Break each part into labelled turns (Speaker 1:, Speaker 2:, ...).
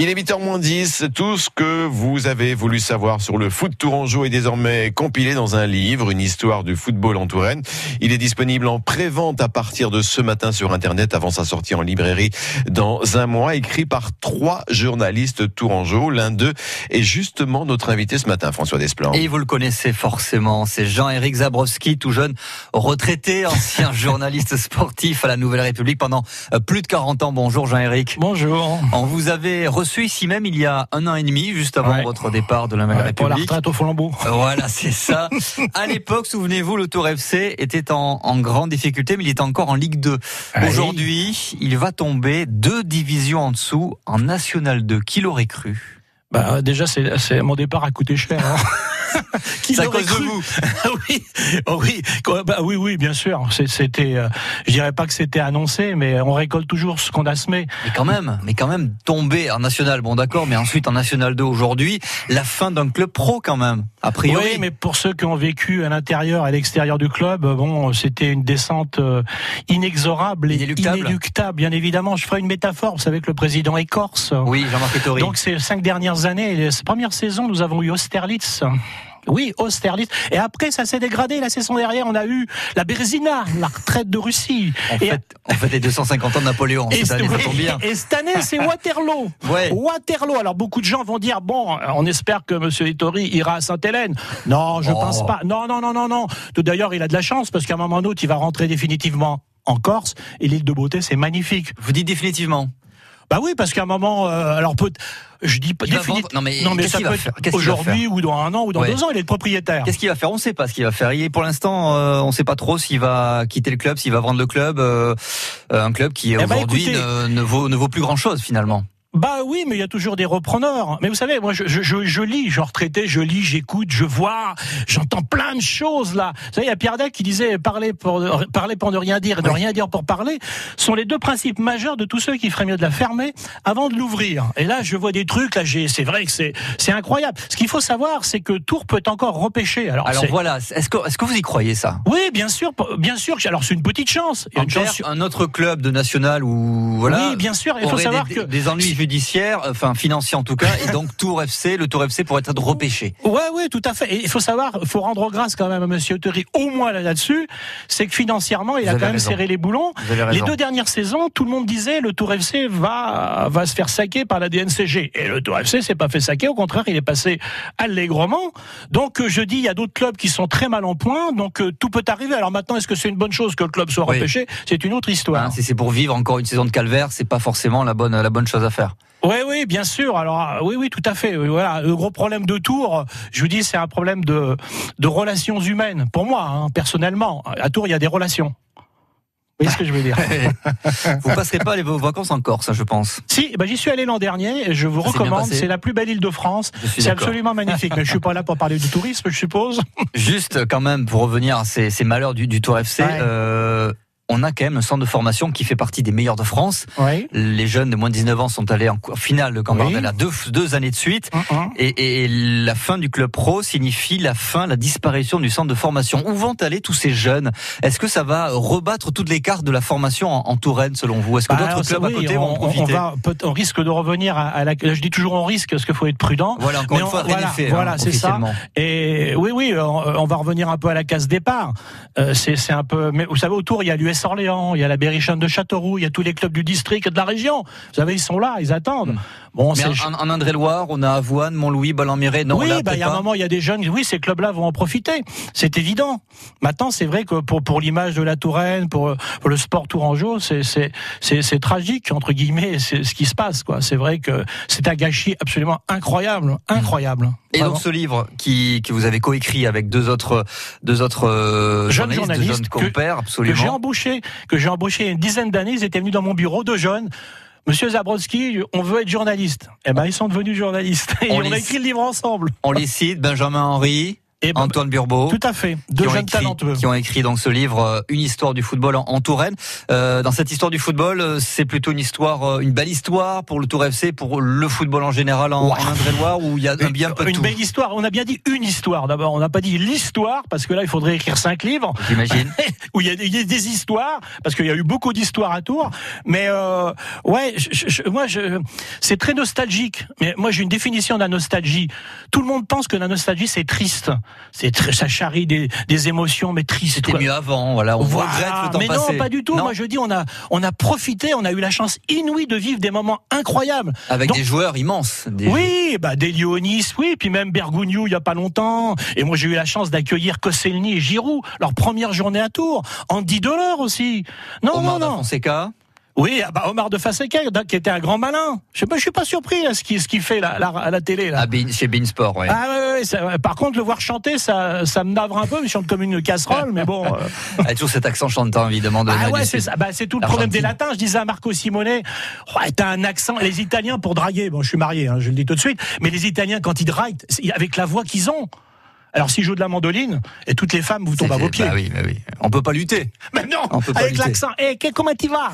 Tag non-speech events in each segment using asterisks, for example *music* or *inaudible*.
Speaker 1: Il est 8h moins 10. Tout ce que vous avez voulu savoir sur le foot tourangeau est désormais compilé dans un livre, une histoire du football en Touraine. Il est disponible en pré-vente à partir de ce matin sur Internet avant sa sortie en librairie dans un mois, écrit par trois journalistes tourangeaux. L'un d'eux est justement notre invité ce matin, François Desplan.
Speaker 2: Et vous le connaissez forcément, c'est Jean-Éric Zabrowski, tout jeune retraité, *laughs* ancien journaliste sportif à la Nouvelle République pendant euh, plus de 40 ans. Bonjour Jean-Éric.
Speaker 3: Bonjour.
Speaker 2: On vous avait reçu reçu ici même il y a un an et demi, juste avant ouais. votre départ de la Nouvelle ouais, République. Euh,
Speaker 3: Euh, Pour la retraite au flambeau.
Speaker 2: Voilà, c'est *laughs* ça. à l'époque, souvenez-vous, le Tour FC était en, en, grande difficulté, mais il était encore en Ligue 2. Aujourd'hui, il va tomber deux divisions en dessous en National 2. Qui l'aurait cru
Speaker 3: bah, Déjà, c'est mon départ a coûté cher. Hein. *laughs*
Speaker 2: qui ça cause cru. de vous
Speaker 3: oui, oh oui, bah oui, oui, bien sûr. C'était, euh, je dirais pas que c'était annoncé, mais on récolte toujours ce qu'on a semé.
Speaker 2: Mais quand même, mais quand même, tomber en national, bon d'accord, mais ensuite en national 2 aujourd'hui, la fin d'un club pro quand même. A priori.
Speaker 3: Oui, mais pour ceux qui ont vécu à l'intérieur et à l'extérieur du club, bon, c'était une descente euh, inexorable et inéluctable. inéluctable. Bien évidemment, je ferai une métaphore. Vous savez que le président est corse.
Speaker 2: Oui, Jean-Marc Ettori.
Speaker 3: Donc ces cinq dernières années, les premières saisons, nous avons eu Austerlitz. Oui, Austerlitz. Et après, ça s'est dégradé. La saison derrière, on a eu la Bérezina, la retraite de Russie.
Speaker 2: En fait, on fait, les 250 ans de Napoléon.
Speaker 3: Et cette
Speaker 2: année,
Speaker 3: ça tombe bien. *laughs* Et cette année, c'est Waterloo.
Speaker 2: *laughs* Ouais.
Speaker 3: Waterloo. Alors, beaucoup de gens vont dire, bon, on espère que M. Ettori ira à Sainte-Hélène. Non, je oh. pense pas. Non, non, non, non, non. D'ailleurs, il a de la chance parce qu'à un moment ou autre, il va rentrer définitivement en Corse. Et l'île de Beauté, c'est magnifique.
Speaker 2: Vous dites définitivement?
Speaker 3: Bah oui, parce qu'à un moment, euh, alors peut je dis pas
Speaker 2: définitivement. Non mais,
Speaker 3: non, mais ça
Speaker 2: peut
Speaker 3: être aujourd'hui ou dans un an ou dans ouais. deux ans, il est le propriétaire.
Speaker 2: Qu'est-ce qu'il va faire On ne sait pas ce qu'il va faire. Il est, pour l'instant, euh, on ne sait pas trop s'il va quitter le club, s'il va vendre le club, euh, un club qui
Speaker 3: ben,
Speaker 2: eh aujourd'hui bah ne, ne, vaut, ne vaut plus grand chose finalement.
Speaker 3: Bah oui, mais il y a toujours des repreneurs. Mais vous savez, moi, je, je, je, je lis, je retraité, je lis, j'écoute, je vois, j'entends plein de choses là. Vous savez, il y a Pierre Dac qui disait parler pour parler pour ne rien dire et ne oui. rien dire pour parler. Sont les deux principes majeurs de tous ceux qui feraient mieux de la fermer avant de l'ouvrir. Et là, je vois des trucs. Là, c'est vrai que c'est c'est incroyable. Ce qu'il faut savoir, c'est que Tours peut encore repêcher.
Speaker 2: Alors, Alors est... voilà, est-ce que est-ce que vous y croyez ça
Speaker 3: Oui, bien sûr, bien sûr. Alors c'est une petite chance.
Speaker 2: Il y a une
Speaker 3: chance
Speaker 2: sur... un autre club de national où voilà.
Speaker 3: Oui, bien sûr. Il faut savoir
Speaker 2: des,
Speaker 3: que
Speaker 2: des ennuis judiciaire, enfin financier en tout cas, et donc Tour FC, le Tour FC pourrait être repêché.
Speaker 3: Ouais, oui, tout à fait. Et il faut savoir, faut rendre grâce quand même à Monsieur Terry, au moins là-dessus, c'est que financièrement, il Vous a quand même raison. serré les boulons. Les deux dernières saisons, tout le monde disait le Tour FC va va se faire saquer par la DNCG. Et le Tour FC s'est pas fait saquer, au contraire, il est passé allègrement. Donc euh, je dis, il y a d'autres clubs qui sont très mal en point, donc euh, tout peut arriver. Alors maintenant, est-ce que c'est une bonne chose que le club soit repêché oui. Ben, C'est une autre histoire.
Speaker 2: Ah, si c'est pour vivre encore une saison de calvaire, c'est pas forcément la bonne la bonne chose à faire.
Speaker 3: Oui, oui, bien sûr. Alors, euh, oui, oui, tout à fait. Voilà, le gros problème de Tours, je vous dis, c'est un problème de, de relations humaines. Pour moi, hein, personnellement, à Tours, il y a des relations. Vous voyez ce que je veux
Speaker 2: *laughs*
Speaker 3: dire
Speaker 2: Vous passerez pas les, vos vacances en Corse, je pense.
Speaker 3: Si, ben j'y suis allé l'an dernier et je vous recommande. C'est la plus belle île de France. C'est absolument magnifique. Mais je suis pas là pour parler du tourisme, je suppose.
Speaker 2: Juste quand même pour revenir à ces, ces malheurs du, du Tour FC. Ouais. Euh on a quand même un centre de formation qui fait partie des meilleurs de France.
Speaker 3: Oui.
Speaker 2: Les jeunes de moins de 19 ans sont allés en finale de Gambardella oui. deux, deux, années de suite.
Speaker 3: Hein,
Speaker 2: Uh -uh. Et, et, la fin du club pro signifie la fin, la disparition du centre de formation. Où vont aller tous ces jeunes Est-ce que ça va rebattre toutes les cartes de la formation en, en Touraine, selon vous Est-ce que bah, d'autres clubs oui, à côté
Speaker 3: on,
Speaker 2: vont en profiter on,
Speaker 3: va, on, risque de revenir à, à la... Je dis toujours on risque, parce qu'il faut être prudent.
Speaker 2: Voilà, encore Mais une fois,
Speaker 3: on, voilà, c'est voilà, hein, ça. Et oui, oui, on, va revenir un peu à la case départ. Euh, c'est un peu... Mais vous savez, autour, il y a l'US Orléans, il y a la Berrichonne de Châteauroux, il y a tous les clubs du district et de la région. Vous savez, ils sont là, ils attendent. Mmh.
Speaker 2: Bon, Hmm. Mais en, en Indre-et-Loire, on a Avoine, Montlouis, Ballon-Miret.
Speaker 3: Oui, il bah, y a un moment, il y a des jeunes. Oui, ces clubs-là vont en profiter. C'est évident. Maintenant, c'est vrai que pour, pour l'image de la Touraine, pour, pour le sport tourangeau, c'est tragique entre guillemets. C'est ce qui se passe, quoi. C'est vrai que c'est un gâchis absolument incroyable, incroyable. Mmh.
Speaker 2: Et donc ce livre qui, que vous avez coécrit avec deux autres deux autres euh,
Speaker 3: jeunes journalistes,
Speaker 2: journalistes compères,
Speaker 3: que,
Speaker 2: absolument.
Speaker 3: Que j'ai embauché, que j'ai embauché une dizaine d'années, ils étaient venus dans mon bureau deux jeunes. Monsieur Zabrowski, on veut être *laughs* journaliste. Eh ben ils sont devenus journalistes. Et on, on les... a écrit le livre ensemble.
Speaker 2: On les cite Benjamin Henry, Et ben, Antoine Burbeau.
Speaker 3: Eh Tout à fait. Deux jeunes
Speaker 2: écrit,
Speaker 3: talentueux.
Speaker 2: Qui ont écrit dans ce livre euh, une histoire du football en, en Touraine. Euh, dans cette histoire du football, euh, c'est plutôt une histoire, euh, une belle histoire pour le Tour FC, pour le football en général en, ouais. en Indre-et-Loire où il y a un bien peu de
Speaker 3: Une
Speaker 2: tout.
Speaker 3: belle histoire. On a bien dit une histoire d'abord. On n'a pas dit l'histoire parce que là il faudrait écrire cinq livres. *laughs*
Speaker 2: J'imagine.
Speaker 3: où il y, a, il y, a, des histoires parce qu'il y a eu beaucoup d'histoires à Tours. Mais euh, ouais, je, je, moi je, c'est très nostalgique. Mais moi j'ai une définition de la nostalgie. Tout le monde pense que la nostalgie c'est triste c'est très, ça charrie des, des émotions, mais triste.
Speaker 2: C'était mieux avant, voilà. On voilà, regrette le temps
Speaker 3: Mais
Speaker 2: passé.
Speaker 3: non, pas du tout. Non. Moi, je dis, on a, on a profité, on a eu la chance inouïe de vivre des moments incroyables.
Speaker 2: Avec Donc, des joueurs immenses. Des
Speaker 3: oui, bah, des Lyonis, oui, puis même Bergugno il y a pas longtemps. Et moi, j'ai eu la chance d'accueillir Koscielny et Giroud, leur première journée à Tours. Andy Delors aussi. Non,
Speaker 2: Omar
Speaker 3: non, non.
Speaker 2: Fonseca.
Speaker 3: Oui, bah Omar de Fasseca, qui était un grand malin. Je sais pas, je suis pas surpris à ce qu'il ce qui fait là, là, à la télé là.
Speaker 2: Ah, Bean, chez Beansport, ouais.
Speaker 3: Bah. Ah ouais, ouais, ça, par contre, le voir chanter, ça, ça me navre un peu. Il chante comme une casserole, mais bon. Euh...
Speaker 2: Ah, toujours cet accent chantant, évidemment. De
Speaker 3: ah ouais, c'est ça. Bah, c'est tout le problème des latins. Je disais à Marco Simone, ouais, t'as un accent. Les Italiens pour draguer. Bon, je suis marié, hein, je le dis tout de suite. Mais les Italiens quand ils draguent, avec la voix qu'ils ont. Alors si je joue de la mandoline, et toutes les femmes vous tombent à vos pieds.
Speaker 2: Bah oui, bah oui. On peut pas lutter.
Speaker 3: Mais non, On peut pas avec l'accent. Eh, hey, comment
Speaker 2: *laughs*
Speaker 3: tu vas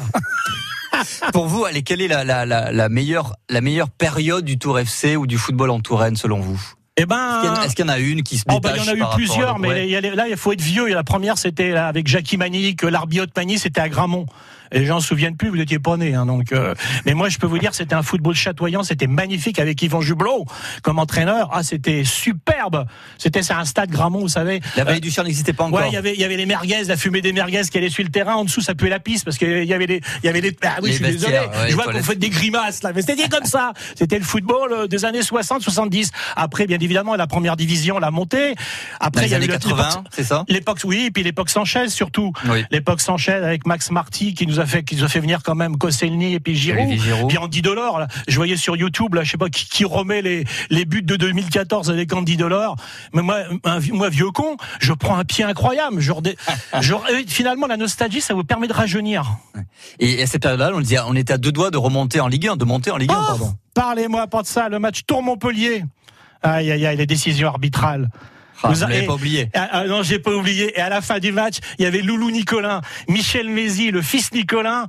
Speaker 2: Pour vous, allez, quelle est la, la, la, la, meilleure, la meilleure période du Tour FC ou du football en Touraine selon vous
Speaker 3: eh ben,
Speaker 2: est-ce qu'il y, est qu y, en a une qui se détache
Speaker 3: oh ben, Il y en a eu plusieurs, mais ouais. il y a les, là, il faut être vieux. La première, c'était avec Jackie Manic, l'arbiote Mani, c'était à Gramont. Et les gens se souviennent plus, vous n'étiez pas né. Hein, donc, euh, mais moi, je peux vous dire, c'était un football chatoyant, c'était magnifique avec Yvan Jublot comme entraîneur. Ah, c'était superbe. C'était c'est un stade Gramont, vous savez.
Speaker 2: La vallée euh, du Cher n'existait pas encore.
Speaker 3: Ouais, il y avait il y avait les merguez, la fumée des merguez qui allait sur le terrain. En dessous, ça puait la piste parce qu'il y avait les il y avait les. Ah oui, les je suis désolé. Ouais, je vois qu'on fait des grimaces là, mais c'était
Speaker 2: *laughs*
Speaker 3: comme ça. C'était le football euh, des années 60, 70. Après, bien évidemment, la première division, la montée. Après,
Speaker 2: Dans il y a eu 80, c'est ça.
Speaker 3: L'époque, oui, et puis l'époque Sanchez surtout. Oui. L'époque Sanchez avec Max Marty qui nous nous a fait, qui nous a fait venir quand même Koscielny et puis Giroud, Giro. puis Andy Delors. Là. Je voyais sur YouTube, là, je sais pas qui, qui remet les, les buts de 2014 avec Andy Delors. Mais moi, un, moi vieux con, je prends un pied incroyable. Je, je, finalement, la nostalgie, ça vous permet de rajeunir.
Speaker 2: Et à cette période-là, on, disait, on était à deux doigts de remonter en Ligue 1, de monter en Ligue 1, oh, pardon.
Speaker 3: Parlez-moi pas de ça, le match Tour Montpellier. Aïe, aïe, aïe, les décisions arbitrales.
Speaker 2: Ah, vous n'avez pas oublié.
Speaker 3: Ah, non, j'ai pas oublié. Et à la fin du match, il y avait Loulou Nicolin, Michel Mézi, le fils Nicolin.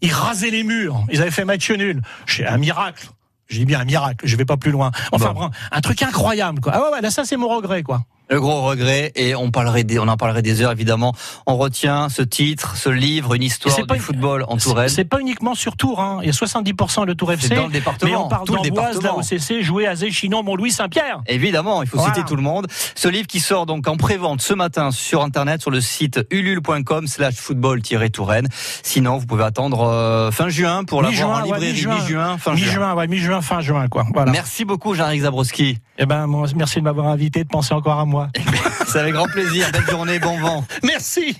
Speaker 3: Ils rasaient les murs. Ils avaient fait match nul. C'est un miracle. Je dis bien un miracle. Je vais pas plus loin. Enfin, bon. un truc incroyable, quoi. Ah ouais, ouais là, ça, c'est mon regret, quoi.
Speaker 2: Le gros regret, et on parlerait des, on en parlerait des heures évidemment. On retient ce titre, ce livre, une histoire du pas, football en Touraine.
Speaker 3: C'est pas uniquement sur Tours, hein. Il y a 70% de Tour FC.
Speaker 2: Dans le département.
Speaker 3: Mais on parle d'Amboise,
Speaker 2: la
Speaker 3: OCC, joué à Zéchinon, Montlouis, Saint-Pierre.
Speaker 2: Évidemment, il faut voilà. citer tout le monde. Ce livre qui sort donc en prévente ce matin sur internet, sur le site ulule.com slash football-touraine. Sinon, vous pouvez attendre euh, fin juin pour l'avoir en librairie.
Speaker 3: mi-juin, mi-juin, fin juin. Mi-juin, mi-juin, fin juin, quoi. Voilà.
Speaker 2: Merci beaucoup, Jean-Éric Zabrowski.
Speaker 3: Eh ben, merci de m'avoir invité, de penser encore à moi.
Speaker 2: C'est avec grand plaisir. Belle journée, bon vent.
Speaker 3: Merci.